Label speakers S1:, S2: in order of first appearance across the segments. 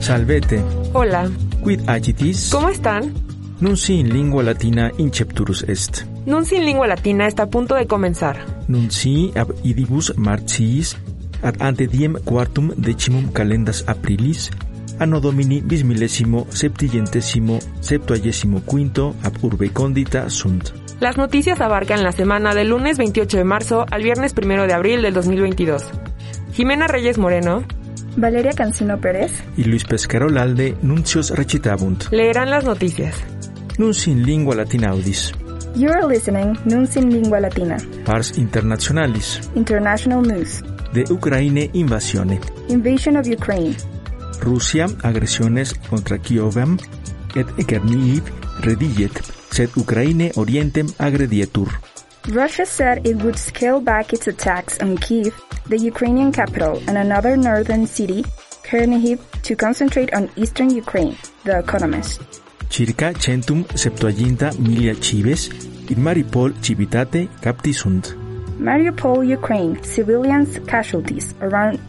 S1: Salvete,
S2: Hola,
S1: quid agitis?
S2: ¿cómo están?
S1: Nunci in Lingua Latina incepturus est.
S2: Nunci en Lingua Latina está a punto de comenzar.
S1: Nunci ab idibus marciis ad ante diem quartum decimum calendas aprilis anno domini bis millesimo septillentesimo septuagesimo quinto ab urbe condita sunt.
S2: Las noticias abarcan la semana del lunes 28 de marzo al viernes 1 de abril del 2022. Jimena Reyes Moreno
S3: Valeria Cancino Pérez,
S1: Y Luis Pescarol Alde nuncios recitabunt.
S2: leerán las noticias.
S1: Nunci in Lingua Latina audis.
S3: you're listening Nuns in Lingua Latina,
S1: Pars internationalis
S3: International News,
S1: de Ucraine invasione.
S3: Invasion of Ukraine,
S1: Rusia agresiones contra Kievam et Chernihiv rediget, sed Ucraine orientem agredietur.
S3: Russia said it would scale back its attacks on Kiev, the Ukrainian capital, and another northern city, Chernihiv, to concentrate on eastern Ukraine, The Economist.
S1: Circa centum septuaginta milia cives in Maripol civitate capti sunt.
S3: Mariupol, Ukraine, civilians casualties. Around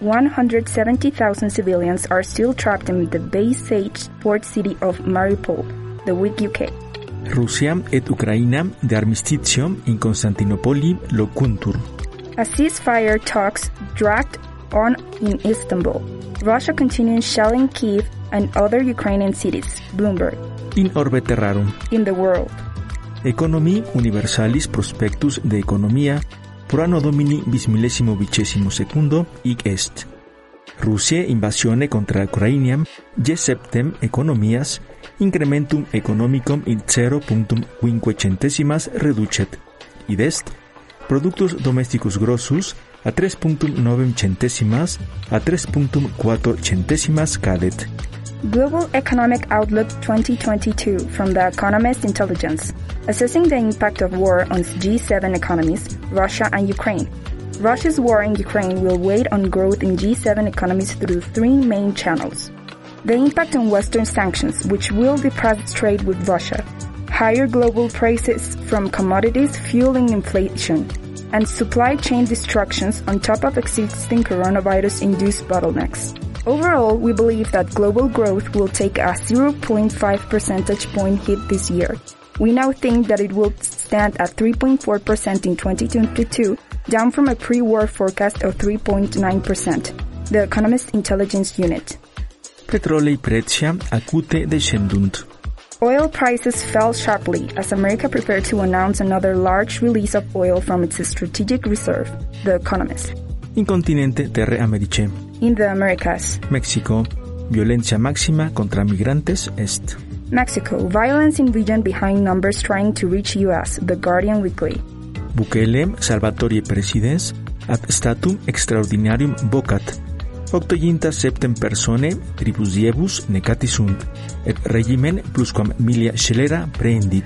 S3: 170,000 civilians are still trapped in the besieged port city of Mariupol, the weak UK.
S1: Rusia et Ucraina de armistitio in Constantinopoli locuntur.
S3: As ceasefire talks dragged on in Istanbul, Russia continues shelling Kiev and other Ukrainian cities, Bloomberg,
S1: In orbe terrarum.
S3: in the world.
S1: Economi universalis prospectus de economia pro anno domini bis millesimo vicesimo secundo hic est. Rusia invasione contra Ucrainiam je septem economias incrementum economicum in 0.5 centesimas reducet. Id est productus domesticus grossus a 3.9 centesimas a 3.4 centesimas cadet.
S3: Global Economic Outlook 2022 from The Economist Intelligence, assessing the impact of war on G7 economies, Russia and Ukraine. Russia's war in Ukraine will weigh on growth in G7 economies through three main channels. The impact on Western sanctions, which will depress trade with Russia, higher global prices from commodities fueling inflation, and supply chain disruptions on top of existing coronavirus-induced bottlenecks. Overall, we believe that global growth will take a 0.5 percentage point hit this year. We now think that it will stand at 3.4% in 2022, down from a pre-war forecast of 3.9%, the Economist Intelligence Unit.
S1: Petrolei pretia acute descendunt.
S3: Oil prices fell sharply as America prepared to announce another large release of oil from its strategic reserve, The Economist.
S1: In continente terre americe.
S3: In the Americas,
S1: México. Violencia máxima contra migrantes est.
S3: Mexico, violence in region behind numbers trying to reach US, The Guardian Weekly.
S1: Bukele Salvatore Presidens ad statum extraordinarium vocat. Octoginta septem persone tribus diebus necati sunt, et regimen plusquam milia scelera preendit.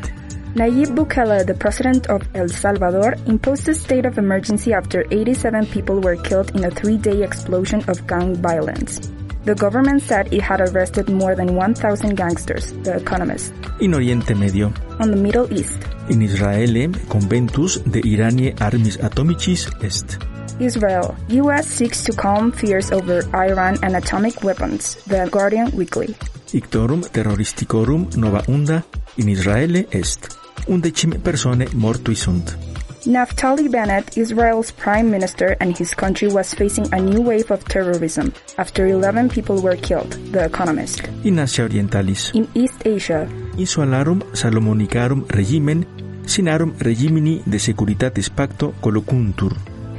S3: Nayib Bukele, the president of El Salvador, imposed a state of emergency after 87 people were killed in a three-day explosion of gang violence. The government said it had arrested more than 1,000 gangsters, The Economist.
S1: In Oriente Medio,
S3: On the Middle East,
S1: en Israel, Conventus de Iranie Armis Atomicis Est.
S3: Israel. U.S. seeks to calm fears over Iran and atomic weapons, The Guardian Weekly.
S1: Ictorum terroristicorum nova unda in Israele est. Undecim persone mortui sunt.
S3: Naftali Bennett, Israel's prime minister, and his country was facing a new wave of terrorism after 11 people were killed, The Economist.
S1: In Asia Orientalis,
S3: In East Asia,
S1: insularum Salomonicarum regimen, sinarum regimini de securitatis pacto colocuntur.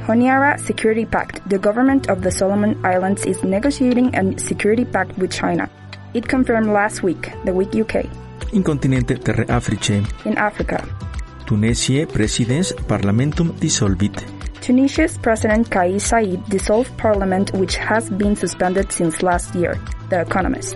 S3: Honiara Security Pact. The government of the Solomon Islands is negotiating a security pact with China. It confirmed last week, the week UK,
S1: In continente terre Africe,
S3: in Africa.
S1: Tunesiae presidens parlamentum dissolvit.
S3: Tunisia's President Kais Saied dissolved parliament which has been suspended since last year, The Economist.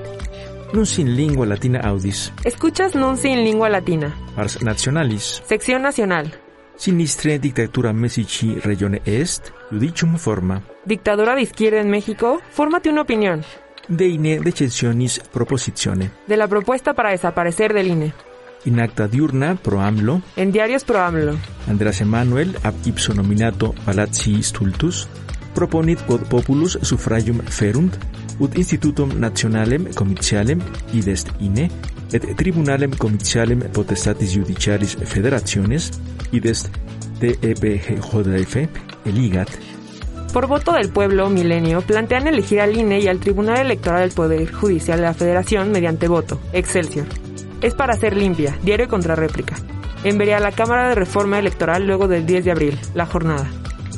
S1: Non sin lingua latina audis,
S2: Escuchas Nunci en Lengua Latina.
S1: ars nationalis,
S2: Sección Nacional.
S1: sinistre dictatura Messici regione est, judicium forma.
S2: Dictadura de izquierda en México. Fórmate una opinión
S1: Deine decensionis propositione.
S2: de la propuesta para desaparecer del INE.
S1: In acta diurna pro AMLO,
S2: En diarios pro AMLO.
S1: Andreas Emanuel ab ipso nominato Palazzi Stultus proponit quod populus suffragium ferunt ut institutum nationalem comitialem idest INE et tribunalem comitialem potestatis judiciaris federationes idest TEPGJF eligat
S2: Por voto del pueblo, Milenio, plantean elegir al INE y al Tribunal Electoral del Poder Judicial de la Federación mediante voto. Excelsior. Es para ser limpia. Diario contra réplica. Enviará a la Cámara de Reforma Electoral luego del 10 de abril. La jornada.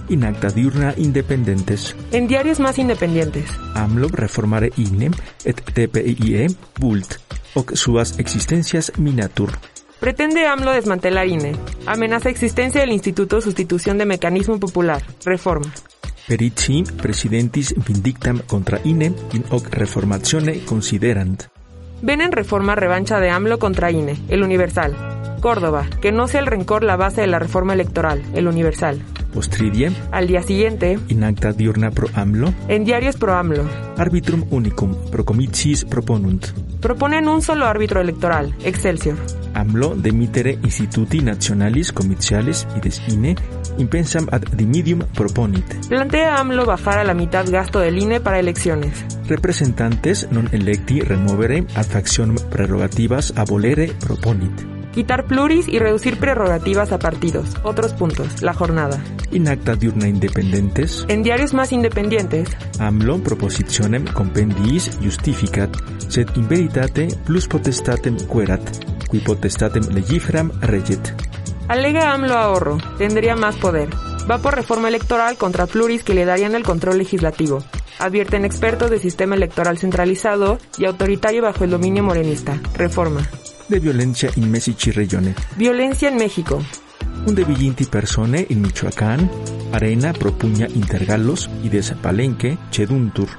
S1: in acta diurna independentes
S2: En diarios más independientes.
S1: AMLO reformare INE et TPIE vult hoc suas existentias minatur
S2: Pretende AMLO desmantelar INE. Amenaza existencia del Instituto Sustitución de Mecanismo Popular. Reforma.
S1: Perici presidentis vindictam contra INE in hoc reformatione considerant.
S2: Ven en reforma revancha de AMLO contra INE, el Universal. Córdoba, que no sea el rencor la base de la reforma electoral, el Universal.
S1: Postridie,
S2: Al día siguiente,
S1: in acta diurna pro AMLO,
S2: en diarios pro AMLO,
S1: arbitrum unicum procomitis proponunt.
S2: proponen un solo árbitro electoral, Excelsior.
S1: AMLO demitere instituti nationalis comitiales ides INE in pensam ad dimidium proponit.
S2: Plantea AMLO bajar a la mitad gasto del INE para elecciones.
S1: Representantes non electi removere ad factionem prerrogativas abolere proponit.
S2: Quitar pluris y reducir prerrogativas a partidos. Otros puntos. La jornada.
S1: In acta diurna independentes,
S2: En diarios más independientes,
S1: AMLO propositionem compendiis justificat, sed in veritate plus potestatem querat, qui potestatem legiferam reget.
S2: Alega AMLO ahorro, tendría más poder. Va por reforma electoral contra pluris que le darían el control legislativo. Advierten expertos de sistema electoral centralizado y autoritario bajo el dominio morenista. Reforma.
S1: De violencia in Messici regione.
S2: Violencia en México.
S1: Un debillinti persone in Michoacán, arena propugna intergalos y desapalenque cheduntur.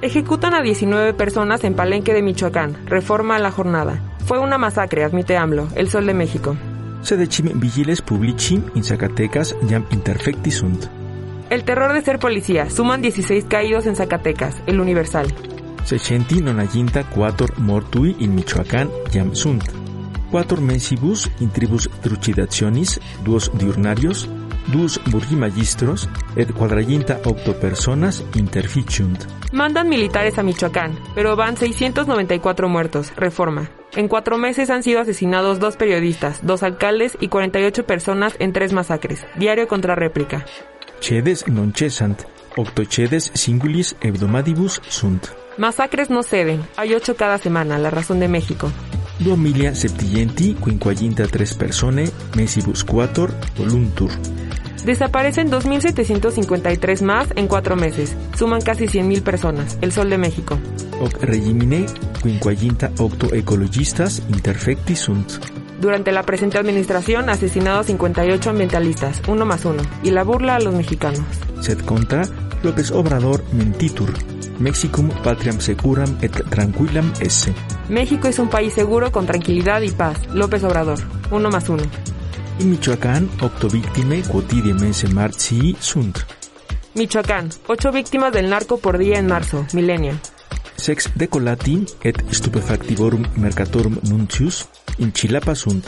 S2: Ejecutan a 19 personas en Palenque de Michoacán. Reforma a la jornada. Fue una masacre, admite AMLO, el Sol de México.
S1: Sedecim vigiles publici in Zacatecas jam interfecti sunt.
S2: El terror de ser policía. Suman 16 caídos en Zacatecas, el Universal.
S1: Sexcenti non aginta quator mortui in Michoacán jam sunt. Quator mensibus in tribus trucidationis, duos diurnarios, duos burgimagistros, et quadraginta octo personas interficiunt.
S2: Mandan militares a Michoacán, pero van 694 muertos. Reforma. En cuatro meses han sido asesinados dos periodistas, dos alcaldes y 48 personas en tres masacres. Diario contra réplica.
S1: Cedes non cessant, octo cedes singulis hebdomadibus sunt.
S2: Masacres no ceden. Hay ocho cada semana. La razón de México.
S1: Duomilia septienti quinquaginta tres persone, mensibus quator voluntur.
S2: Desaparecen 2.753 más en cuatro meses. Suman casi 100.000 personas. El Sol de México.
S1: Hoc regimine quinquaginta octo ecologistas interfecti sunt.
S2: Durante la presente administración, asesinados 58 ambientalistas, uno más uno. Y la burla a los mexicanos.
S1: sed contra López Obrador mentitur, Mexicum patriam securam et tranquillam esse.
S2: México es un país seguro con tranquilidad y paz. López Obrador, uno más uno.
S1: In Michoacán octo victime quotidie mense martii sunt.
S2: Michoacán, ocho víctimas del narco por día en marzo, milenio.
S1: sex decolati et stupefactivorum mercatorum nuncius in Chilapa sunt,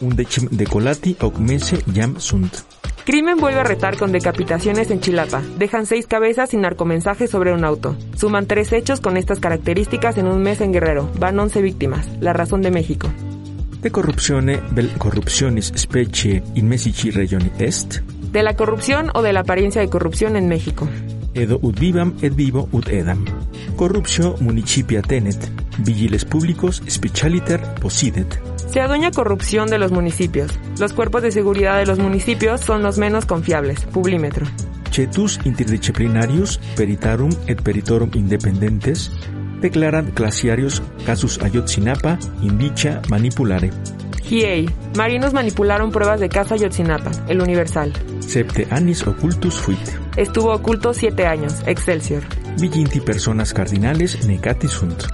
S1: undecim decolati hoc mense jam sunt.
S2: Crimen vuelve a retar con decapitaciones en Chilapa. Dejan seis cabezas y narcomensajes sobre un auto. Suman tres hechos con estas características en un mes en Guerrero. Van 11 víctimas. La razón de México.
S1: De corruptione vel corruptionis specie in Messici regioni est,
S2: De la corrupción o de la apariencia de corrupción en México.
S1: edo ut vivam et vivo ut edam. Corruptio municipia tenet, vigiles publicos specialiter possidet.
S2: Se adueña corrupción de los municipios. Los cuerpos de seguridad de los municipios son los menos confiables. Publímetro.
S1: Cetus interdisciplinarius peritarum et peritorum independentes declarant clasiarios casus Ayotzinapa indicia manipulare.
S2: GA. Marinos manipularon pruebas de Casa Yotzinapa. El Universal.
S1: Septe annis occultus fuit.
S2: Estuvo oculto siete años. Excelsior.
S1: Viginti personas cardinales necati sunt.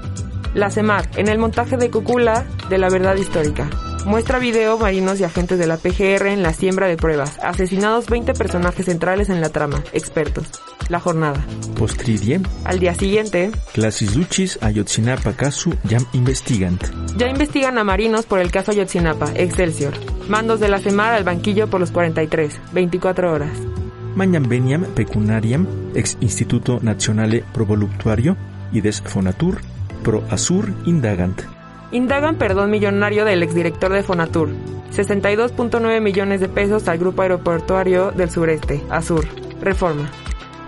S2: La CEMAR, en el montaje de Cucula de la verdad histórica. Muestra video marinos y agentes de la PGR en la siembra de pruebas. Asesinados 20 personajes centrales en la trama. Expertos. La jornada.
S1: Postridie,
S2: Al día siguiente,
S1: classis ducis Ayotzinapa casu jam investigant.
S2: ya investigan a marinos por el caso Ayotzinapa. Excelsior. Mandos de la CEMAR al banquillo por los 43. 24 horas.
S1: Magnam veniam pecunariam ex Instituto Nacionale pro Voluptuario y des Fonatur pro Asur indagant.
S2: Indagan perdón millonario del exdirector de Fonatur. 62.9 millones de pesos al grupo aeroportuario del sureste, Azur. Reforma.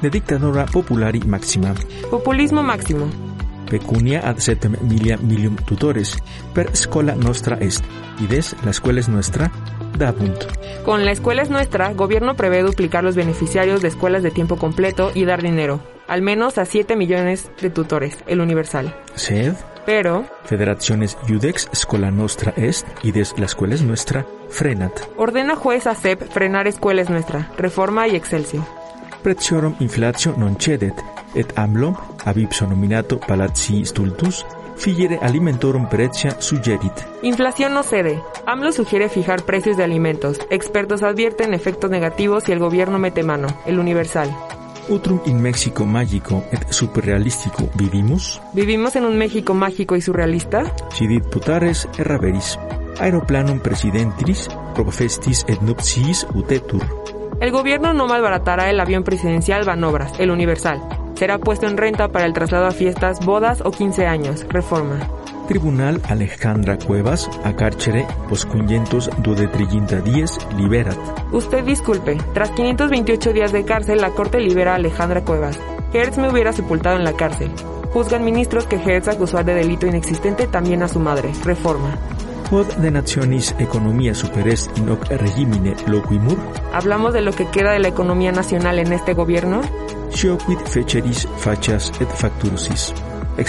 S1: De dictadora populari maxima,
S2: Populismo máximo.
S1: pecunia ad septem milia milium tutores, per scola nostra est, y des la escuela es nuestra, dabunt.
S2: Con la escuela es nuestra, gobierno prevé duplicar los beneficiarios de escuelas de tiempo completo y dar dinero, al menos a 7 millones de tutores, el universal.
S1: Sed,
S2: Pero,
S1: federaciones iudex scola nostra est, y des la escuela es nuestra, frenat.
S2: ordena juez a CEP frenar escuela es nuestra, reforma y excelsior.
S1: Pretiorum inflatio non cedet, et amlom ab ipso nominato palazzi stultus, figere alimentorum pretia suggerit.
S2: Inflación no cede. AMLO sugiere fijar precios de alimentos. Expertos advierten efectos negativos si el gobierno mete mano, el universal.
S1: Utrum in Mexico magico et superrealistico vivimus,
S2: ¿Vivimos en un México mágico y surrealista?
S1: sidit putares erraveris, aeroplanum presidentris, profestis et nuptiis utetur,
S2: El gobierno no malbaratará el avión presidencial Banobras, el universal. Será puesto en renta para el traslado a fiestas, bodas o 15 años. Reforma.
S1: tribunal Alejandra Cuevas, a carcere poscungentos duodetriginta dies liberat,
S2: Usted disculpe, tras 528 días de cárcel, la corte libera a Alejandra Cuevas. Hertz me hubiera sepultado en la cárcel. Juzgan ministros que Hertz acusó de delito inexistente también a su madre. Reforma.
S1: quod de nationis economia superest in hoc regimine loquimur,
S2: ¿Hablamos de lo que queda de la economía nacional en este gobierno?
S1: Sioquid feceris facias et facturosis.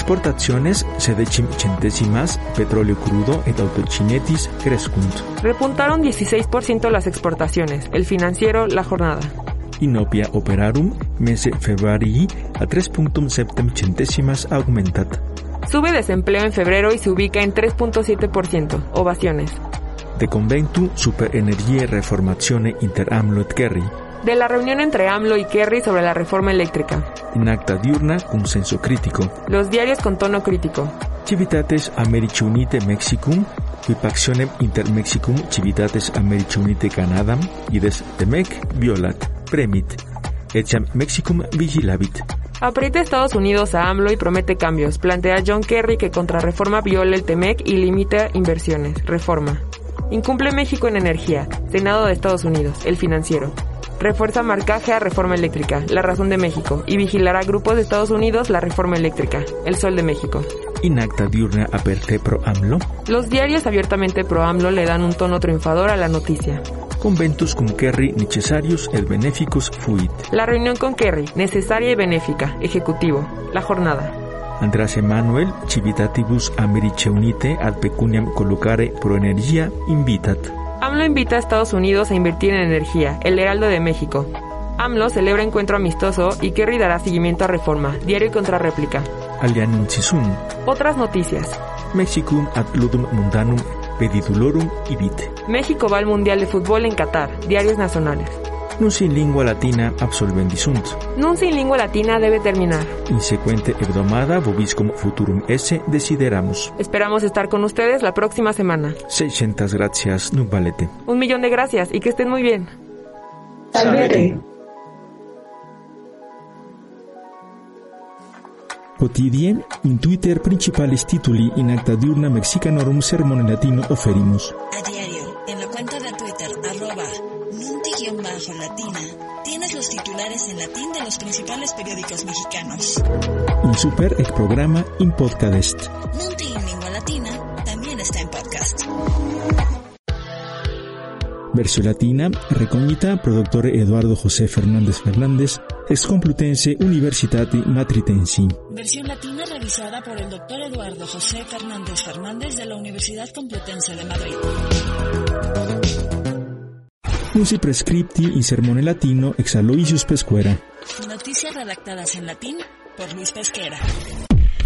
S1: Exportaciones sedecim centésimas, petróleo crudo et autocinetis crescunt.
S2: Repuntaron 16% las exportaciones, el financiero, la jornada.
S1: Inopia operarum, mese februarii, a 3.7 centésimas augmentat.
S2: Sube desempleo en febrero y se ubica en 3.7%, ovaciones.
S1: De conventu super energie reformatione inter amlo et kerri.
S2: De la reunión entre AMLO y Kerry sobre la reforma eléctrica.
S1: In acta diurna cum senso critico.
S2: Los diarios con tono crítico.
S1: Civitates Americi Unite Mexicum, qui paxionem inter Mexicum Civitates Americi Unite Canadam, ides Temec violat, premit, etiam Mexicum vigilabit.
S2: Aprieta Estados Unidos a AMLO y promete cambios. Plantea a John Kerry que contrarreforma viola el TEMEC y limita inversiones. Reforma. Incumple México en energía. Senado de Estados Unidos. El financiero. Refuerza marcaje a reforma eléctrica. La razón de México. Y vigilará grupos de Estados Unidos la reforma eléctrica. El sol de México.
S1: In acta diurna aperte pro AMLO,
S2: Los diarios abiertamente pro AMLO le dan un tono triunfador a la noticia.
S1: conventus cum Kerri necessarius et beneficus fuit.
S2: La reunión con Kerry. Necesaria y benéfica. Ejecutivo. La jornada.
S1: Andras Emanuel Civitatibus Americi Unite ad pecuniam collocare pro energia invitat.
S2: AMLO invita a Estados Unidos a invertir en energía, el Heraldo de México. AMLO celebra encuentro amistoso y Kerry dará seguimiento a reforma, diario y contrarréplica.
S1: Alianunci sum,
S2: Otras noticias.
S1: Mexicum ad ludum mundanum pedidulorum ibit.
S2: México va al Mundial de Fútbol en Qatar, diarios nacionales.
S1: non sin lingua latina absolvendi sunt,
S2: Nun sin lingua latina debe terminar.
S1: insecuente hebdomada vobiscum futurum esse desideramus.
S2: Esperamos estar con ustedes la próxima semana.
S1: 600 gracias, nunc valete.
S2: Un millón de gracias y que estén muy bien.
S1: Potidie, in Twitter principales tituli in acta diurna mexicanorum sermone latino oferimus.
S4: A diario, en la cuenta de Twitter, arroba nunti-latina, tienes los titulares en latín de los principales periódicos mexicanos.
S1: In super ec programa in podcast.
S4: Nunti en lengua latina también está en podcast.
S1: Verso latina, recognita productore Eduardo José Fernández Fernández, ex Complutense Universitate Matritensi.
S4: Versión latina revisada por el doctor Eduardo José Fernández Fernández de la Universidad Complutense de Madrid.
S1: Usi prescripti in sermone latino ex Aloysius Pescuera.
S4: Noticias redactadas en latín por Luis Pesquera.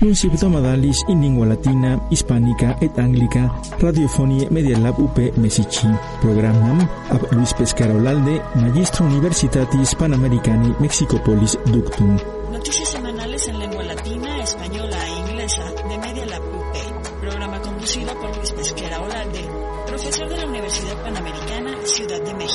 S1: Nunci hebdomadalis in lingua latina, hispánica et anglica, radiofonie Media Lab UP Mesici. Programam ab Luis Pescara Olalde, Magistro Universitatis Panamericani Mexicopolis Ductum.
S4: Noticias semanales en lengua latina, española e inglesa de Media Lab UP. Programa conducido por Luis Pesquera Olalde, profesor de la Universidad Panamericana, Ciudad de México.